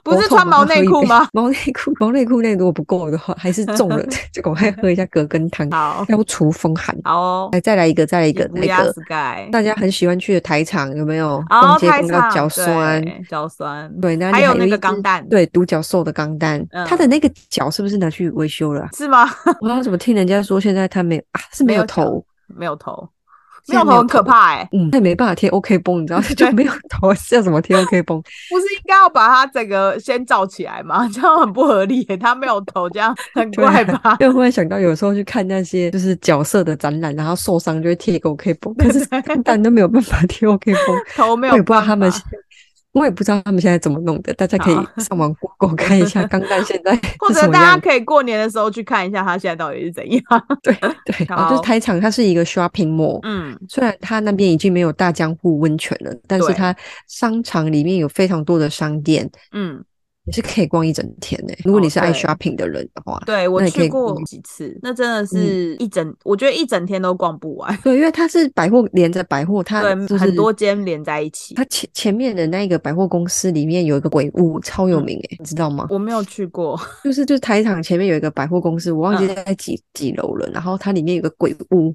不是
头痛
穿
赶
毛
快喝
内
一
裤
杯
吗？？
毛内裤，毛内裤那如果不够的话，还是中
<laughs>
了，就赶快喝一下葛根汤，
好，
消除风寒。
好哦，
哎，再来一个，再来一个，
不
那
压
个
sky。
大家很喜欢去的台场有没有？
哦
逛，街
太
逛到
长，
脚酸。
对，脚酸，
对，啊那里
还有那
一
个
只
钢蛋
对，独角兽的钢蛋，它的
嗯
那个脚是不是拿去维修了啊？
是吗？ <laughs>
我刚刚怎么听人家说现在它没有啊，是
没
没有
有脚
头，
没有头，没有头很可怕哎、
嗯，那也没办法贴 OK 绷，
<laughs>
你知道就没有头，要怎么贴 OK 绷？
不是应该要把它整个先罩起来吗？ <laughs> 这样很不合理、欸，它没有头，这样很
对啊
怪吧？
又忽然想到，有时候去看那些就是角色的展览，然后受伤就会贴一个 OK
<laughs>
绷，可是看蛋都没有办法贴 OK 绷，
头 <laughs> 没有办法，
我也不知道他们现，我也不知道他们现在怎么弄的，大家可以
好
上网
<laughs>
Google 看一下钢蛋现在
或
是什
者
么
大家
样。
可以过年的时候去看一下它现在到底是怎样。
对对，然后就是
好
台场，它是一个 shopping mall，
嗯，
虽然它那边已经没有大江户温泉了，但是
对
它商场里面有非常多的商店，
嗯，
你是可以逛一整天诶、如果
哦
你是爱
对
shopping 的人的话，
对我
那你可
去
以
过
嗯
几次，那真的是一整，我觉得一整天都逛不完。
对，因为它是百货连着百货，它
对，
就是
很多间连在一起
它，前前面的那一个百货公司里面有一个鬼屋，超有名
嗯
诶、你知道吗？
我没有去过。
就是就是台场前面有一个百货公司，我忘记
嗯
在几、几楼了。然后它里面有个鬼屋，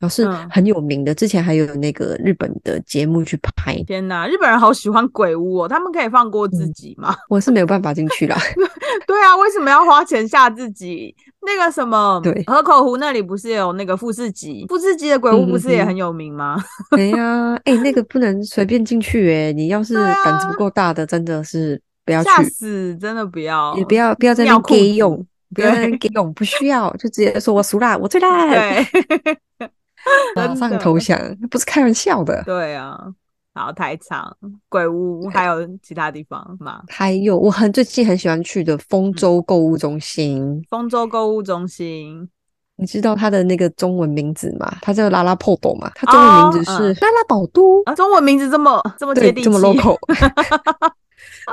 然后是
嗯
很有名的，之前还有那个日本的节目去拍，
天哪，日本人好喜欢鬼屋哦，他们可以放过自
嗯
己吗？ <laughs>
我是没有办法进去啦。
对啊，为什么要花钱吓自己？那个什么，
对
河口湖那里不是有那个富士急？富士急的鬼屋不是也
嗯嗯嗯
很有名吗？
哎呀，哎、那个不能随便进去哎、你要是
对啊
胆子不够大的，真的是不要去，
吓死，真的不要，
也不要不要在
哦
那
尿
边
裤
给
子
用，不要在那
对
边给用，不需要， <laughs> 就直接说我输啦，我最烂， <laughs>
对
马
真
上
的
投降，不是开玩笑的。
对啊。好，台场、鬼屋还有其他地方吗？
还有，我很最近很喜欢去的丰州购物中心，
丰州购物中心，
你知道它的那个中文名字吗？它叫拉拉破斗嘛，它中文名字
哦
是
嗯
拉拉宝都，
啊，中文名字这么这么接
对，
地气，
这么
<laughs>
local。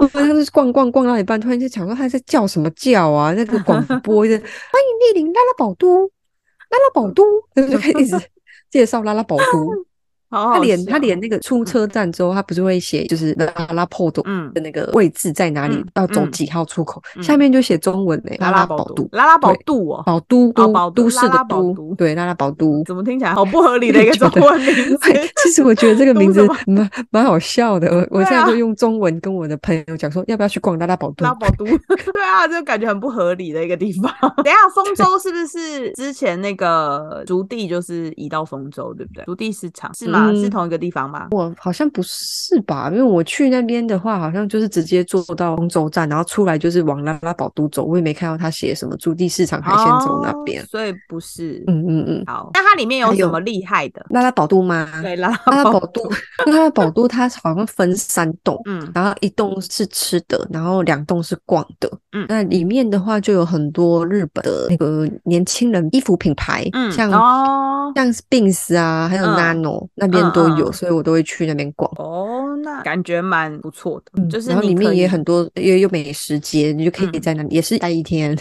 我刚刚就是逛逛逛到一半，突然就想说他在叫什么叫啊？那个广
<laughs>
播的欢迎莅临拉拉宝都，拉拉宝都，然后就开始一直介绍拉拉宝都。
好好
他连他
笑
连那个出车站之后，他不是会写就是拉拉破斗
嗯
的那个位置在哪里
嗯，
要走
嗯
几号出口，
嗯
下面就写中文诶，
拉
拉
拉
宝
宝
都
都，，拉拉宝
对
度哦，
宝都
哦
都
宝都
都市
拉
的
拉宝都
都，对，拉拉宝都。
怎么听起来好不合理的一
<laughs>
个
觉
中
得
文名字？
<laughs> 对，其实我觉得这个
都
名
什
字
么
蛮蛮好笑的。我我
对
现在
啊
就用中文跟我的朋友讲说，要不要去逛拉拉宝都
<laughs> 拉？宝都， <laughs> 对啊，这感觉很不合理的一个地方。等一下，丰州是不是之前那个竹地就是移到丰州，对不对？竹地市场是吗？
嗯
是同一个地方吗？
我好像不是吧？因为我去那边的话，好像就是直接坐到丰州站，然后出来就是往拉拉宝都走。我也没看到他写什么驻地市场海鲜粥那
哦
边。
所以不是。
嗯嗯嗯，
好，那它里面有
还
什
有
么厉害的？
拉拉宝都吗？
对，拉
拉
拉
拉宝
宝 <laughs>
都，拉拉宝都它好像分三栋，
嗯
然后一栋是吃的，然后两栋是逛的。
嗯
那里面的话就有很多日本的那个年轻人衣服品牌，
嗯，
像、
哦
像 Spins 啊，还有
嗯
Nano、那边都
嗯
有，
嗯
所以我都会去那边逛。
哦，那感觉蛮不错的，
嗯
就是
然后
你
里面
可
也
以
很多，也有美食街，你就可以
嗯
在那里、也是待一天。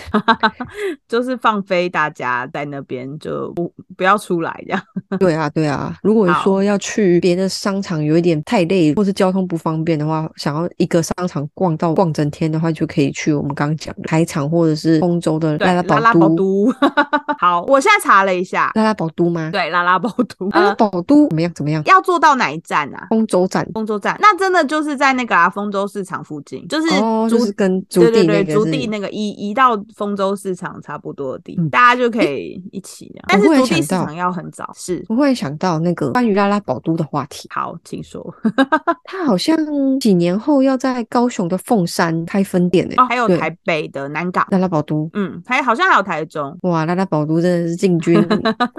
就是放飞大家在那边就不不要出来这样。
对啊，对啊。如果
好
说要去别的商场有一点太累，或是交通不方便的话，想要一个商场逛到逛整天的话，就可以去我们刚刚讲的台场或者是丰州的
对，
拉
拉
宝
拉宝
都。
都。 <laughs> 好，我现在查了一下，
拉拉宝都吗？
对，拉拉宝都，
拉拉
呃，
宝都怎么样？怎么样？
要坐到哪一站啊？
丰州站
丰州站，那真的就是在那个啊，丰州市场附近，就是
哦，
竹、
就是跟竹
对
地
对
那
对，
个
竹
是。
地那个移移到丰州市场差不多的地，
嗯
大家就可以一起这样。但
我
是
忽然
竹地
想
市
到
场要很早，是
我忽然想到那个关于拉拉宝都的话题，
好，请说
它好像几年后要在高雄的凤山开分店诶、
哦，还有
对
台北的南港，
拉拉宝都。
嗯，还好像还有台中，
哇，拉拉宝都真的是进
<laughs>
军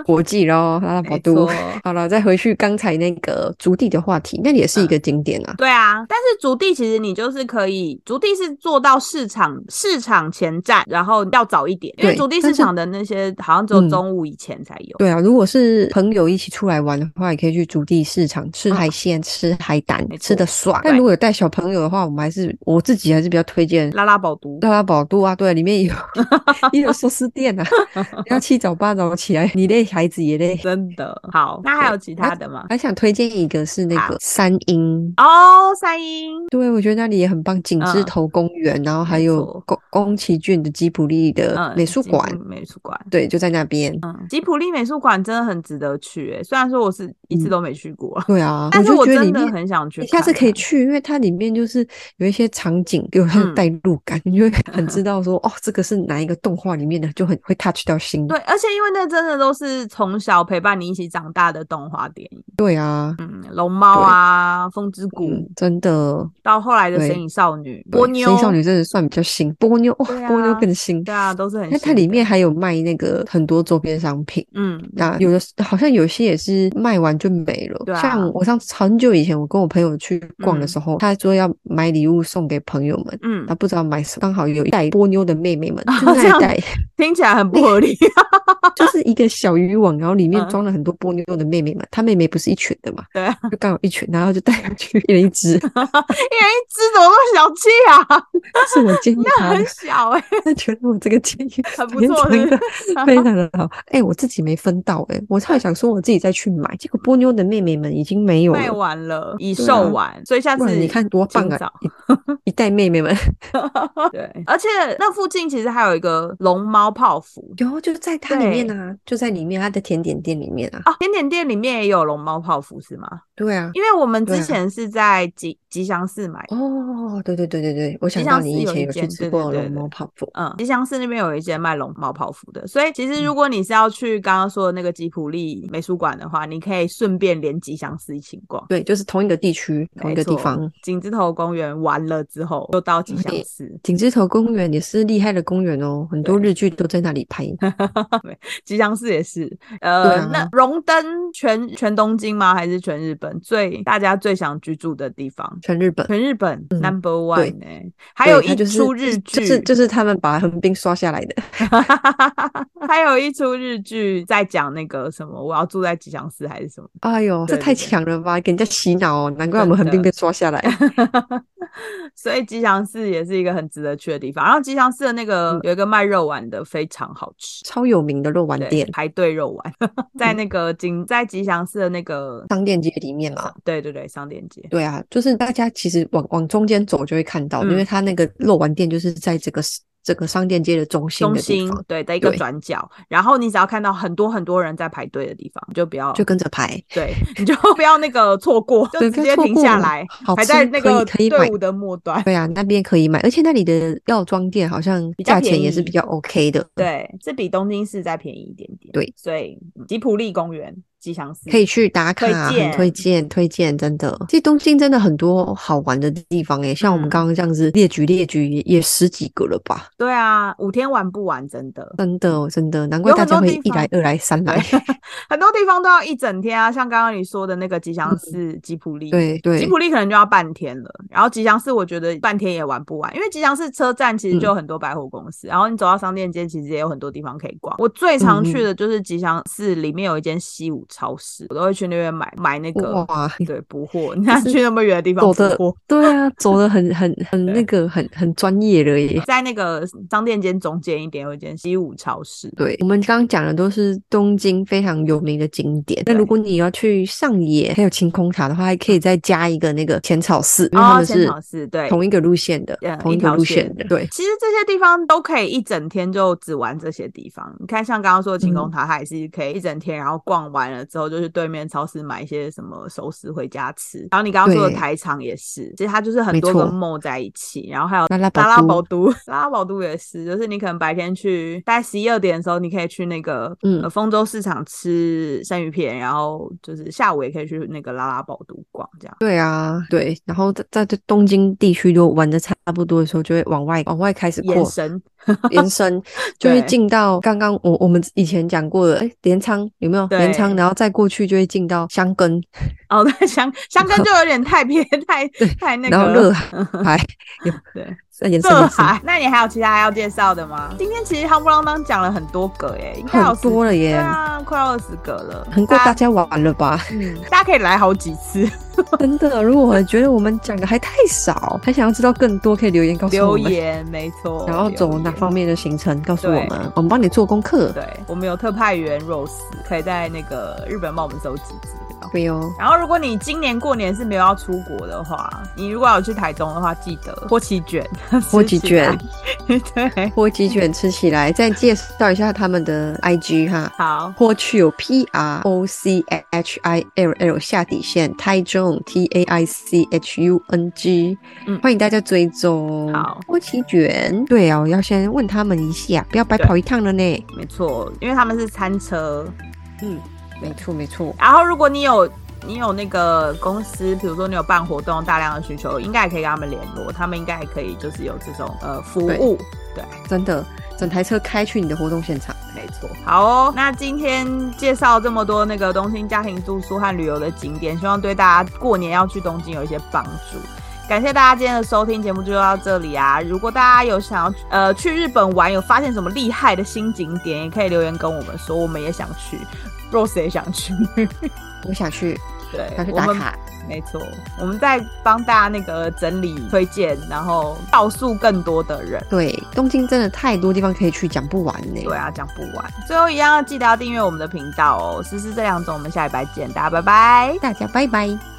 国际喽！拉拉宝
没
都
错。， <laughs>
好了，再回去刚才那个竹地的话题，那也是
嗯
一个景点啊。
对啊，但是竹地其实你就是可以，竹地是做到市场市场前站，然后要早一点，因为
对
竹地
但
市
是
场的那些好像只有
嗯
中午以前才有。
对啊，如果是朋友一起出来玩的话，也可以去竹地市场吃海鲜、吃海胆
嗯没，
吃的爽。但
对
如果有带小朋友的话，我们还是我自己还是比较推荐
拉拉宝都，
拉拉宝都啊，对，里面
<laughs>
有也有寿司店啊，你要七早八早起来，你累，孩子也累。
真的好。那还有其他的吗？
还想推荐一个是那个三鹰，
哦，三英，
对我觉得那里也很棒，景之
嗯
头公园，然后还
没
有
错
宫宫崎骏的吉卜力的
嗯，
呃美术
吉
馆，
普美术馆，
对，就在那边。
嗯，吉普力美术馆真的很值得去、欸，虽然说我是一次
嗯
都没去过，
对啊，
但是
就
我
觉得
真
里
的
面
很想去
你下次可
看
以
看欸
去，因为它里面就是有一些场景有它的
嗯
代入感， <laughs> 你就会很
<laughs>
知道说哦，这个是哪一个动画里面的，就很会 touch 到心。
对，而且因为那真的都是从小陪伴你一起长大的动画电影，影，
对啊，
嗯，龙猫啊，风之谷，
嗯，真的，
到后来的
对
神隐少女、
对
波妞，
生意少女真的算比较新，波妞哇，
对啊
波妞更新，
对啊，都是很
那它
新
里
的，
面还有卖那个很多周边商品。
嗯，
那有的好像有些也是卖完就没了，
对啊
像我上次很久以前，我跟我朋友去逛的时候，他说要买礼物送给朋友们，
嗯
他，不知道买什么，刚好有一袋波妞的妹妹们，就
哦
那
这样
一袋 <laughs>
听起来很不合理，
就是一个小渔网，然后里面
嗯
装了很多波妞的妹妹们，她妹妹不是一群的嘛，
对啊，
就刚好一群，然后就带回去一人一只，
一人一只怎么那么小气啊？ <laughs>
是我建议她的
很，小哎、
她觉得我这个建议
很
<laughs>
不
非
错
常
的
的
<laughs>
非常的好，哎、我自己没分到、哎，我差点想说我自己再去买，结果波妞的妹妹们已经没有
卖
了。
完了，已
对啊
售完，所以下
不
次
然你看多棒
尽
啊
早！
一一代妹妹们， <laughs>
对，而且那附近其实还有一个龙猫泡芙
有就在它里面啊，就在里面，它的甜点店里面啊。
啊，甜点店里面也有龙猫泡芙是吗？
对啊，
因为我们
对
之
啊
前是在吉吉祥寺买，
哦，对对对对对，我想
像
到
是
你以
有
前
一
有去
间
吃
对对
过
对
龙
对
猫泡芙，
嗯，吉祥寺那边有一间卖龙猫泡芙的，所以其
嗯
实如果你是要去刚刚说的那个吉普力美术馆的话，你可以顺便连吉祥寺一起逛。
对，就是同一个地区，同一
没
个地
错
方。，嗯
景之头公园完了之后，又到吉祥寺。
景之头公园也是厉害的公园哦，很多日剧都在那里
<laughs>
拍。
吉祥寺也是，
对
呃，
啊
那荣登全全东京吗？还是全日本最大家最想居住的地方？
全日本，
全日本、Number One 哎、还
嗯对
有
它
一
就是
出日剧，
就是就是他们把横滨刷下来的。
<laughs>
<laughs>
还有一出日剧在讲那个什么，我要住在吉祥寺还是什么？
哎呦，这
对
太
对对
强了吧，给人家洗脑哦，难怪我
真
们横滨
的
被刷下来。
<laughs> 所以吉祥寺也是一个很值得去的地方。然后吉祥寺的那
嗯
个有一个卖肉丸的，非常好吃，
超有名的肉丸
对
店，嗯
排队肉丸， <laughs> 在那个景在吉祥寺的那个，
商店街里面嘛。
对对对，商店街。
对啊，就是大家其实往往中间走就会看到，因为
嗯
它那个肉丸店就是在这个 s- 这个商店街的中心
中
的地
心
方，
对的一个
对
转角，然后你只要看到很多很多人在排队的地方，你就不要
就跟着排，
对，你就 <laughs> 不要那个错过，就
对
直
不
接
要错
停
过
下
了
来，
好
排
吃
在那
可以
个
可以
队
买
伍的末端。
对啊，那边可以买，而且那里的药妆店好像
较
价钱
便
也是
宜
比较 OK 的，，
对，这比东京市再便宜一点点。
对，
所以嗯吉普力公园、吉祥寺
可以去打
推
卡，很
荐
推荐推荐，真的。其实东京真的很多好玩的地方诶、欸像我们
嗯
刚刚这样子列举列举也也十几个了吧，
对啊，五天玩不完，真的。
真的哦真的，难怪
有
大
很
家
多
会
地
一
方
来二来三来，
<laughs> 很多地方都要一整天啊，像刚刚你说的那个吉祥寺、吉普力，，
嗯对
吉
对
普力可能就要半天了。然后吉祥寺，我觉得半天也玩不完，因为吉祥寺车站
嗯
其实就有很多百货公司，然后你走到商店街，其实也有很多地方可以逛。我最常去
嗯
的就是吉祥寺里面有一间西武超市，我都会去那边买买那个。
哇。
对，补货，你看去那么远的地方
走
补
的
货，
对啊，走的很很很
对
那个很很专业了耶。
在那个商店街中间一点有一间西武超市，
对，我们刚刚讲的都是东京非常有名的景点。那
对
如果你要去上野还有晴空塔的话，还可以再加一个那个浅草寺，因为他
哦，
们
浅
是
草寺对，
同一个路线的，
嗯
同
一
一个
条
路
线
线的。对，
其实这些地方都可以一整天就只玩这些地方。你看，像刚刚说的
嗯
晴空塔，它也是可以一整天，然后逛完了之后就去对面超市买一些什么熟食回家吃。然后你刚刚说的
对
台场也是，其实它就是很
没
多个
错
mall 在一起，然后还有。
拉拉宝
拉拉
都
宝都，拉拉宝都也是，就是你可能白天去，大概十一二点的时候，你可以去那个
嗯
呃丰州市场吃生鱼片，然后就是下午也可以去那个拉拉宝都逛，这样。
对啊，对。然后在在这东京地区都玩的差不多的时候，就会往外往外开始扩
延伸，<laughs>
延伸，就会
对
进到刚刚我我们以前讲过的，哎，镰仓有没有？镰仓，
对
然后再过去就会进到箱根，
哦，对，香香根就有点太偏太太那
然后
个
热
<laughs>
海有
对
再延伸
热
延伸
海。那你还有其他要介绍的吗？今天其实夯不啷当讲了很多个耶，应该有
很
十
多了
对
耶，
啊，快要二十个了，
很够大
家
家玩
<laughs>
了吧？
嗯，大家可以来好几次，
真的，如果觉得我们讲的还太少，还想要知道更多，可以留言告诉我
留
们。
言没错，
然后走哪方
面？
面的行程，告诉我
对
们，我们帮你做功课。
对，哦我们有特派员 Rose 可以在那个日本帮我们收集资料。
对哦，
然后，如果你今年过年是没有要出国的话，你如果有去台中的话，记得波奇卷，
波奇卷
吃起来， <laughs> 对，
波鸡卷吃起来，再介绍一下他们的 IG 哈。
好，
波去有 P R O C H I L L 下底线 t a i j u n T A I C H U N G，、
嗯
欢迎大家追踪。
好
波奇卷，对啊，我要先问他们一下，不要白
对
跑一趟了呢。
没错，因为他们是餐车。
嗯，没错没错。
然后如果你有你有那个公司，比如说你有办活动，大量的需求，应该也可以跟他们联络，他们应该还可以就是有这种呃服
对
务。
真的，整台车开去你的活动现场。
没错，好哦。那今天介绍这么多那个东京家庭住宿和旅游的景点，希望对大家过年要去东京有一些帮助。感谢大家今天的收听，节目就到这里啊！如果大家有想要呃去日本玩，有发现什么厉害的新景点，也可以留言跟我们说，我们也想去，Rose 也想去。
我想去，
对，
想去
哎我
打
们
卡。
没错，我们在帮大家那个整理推荐，然后告诉更多的人。
对，东京真的太多地方可以去，讲不完呢。
对啊，讲不完。最后一样要记得要订阅我们的频道哦。思思这两种，我们下礼拜见，大家拜拜。
大家拜拜。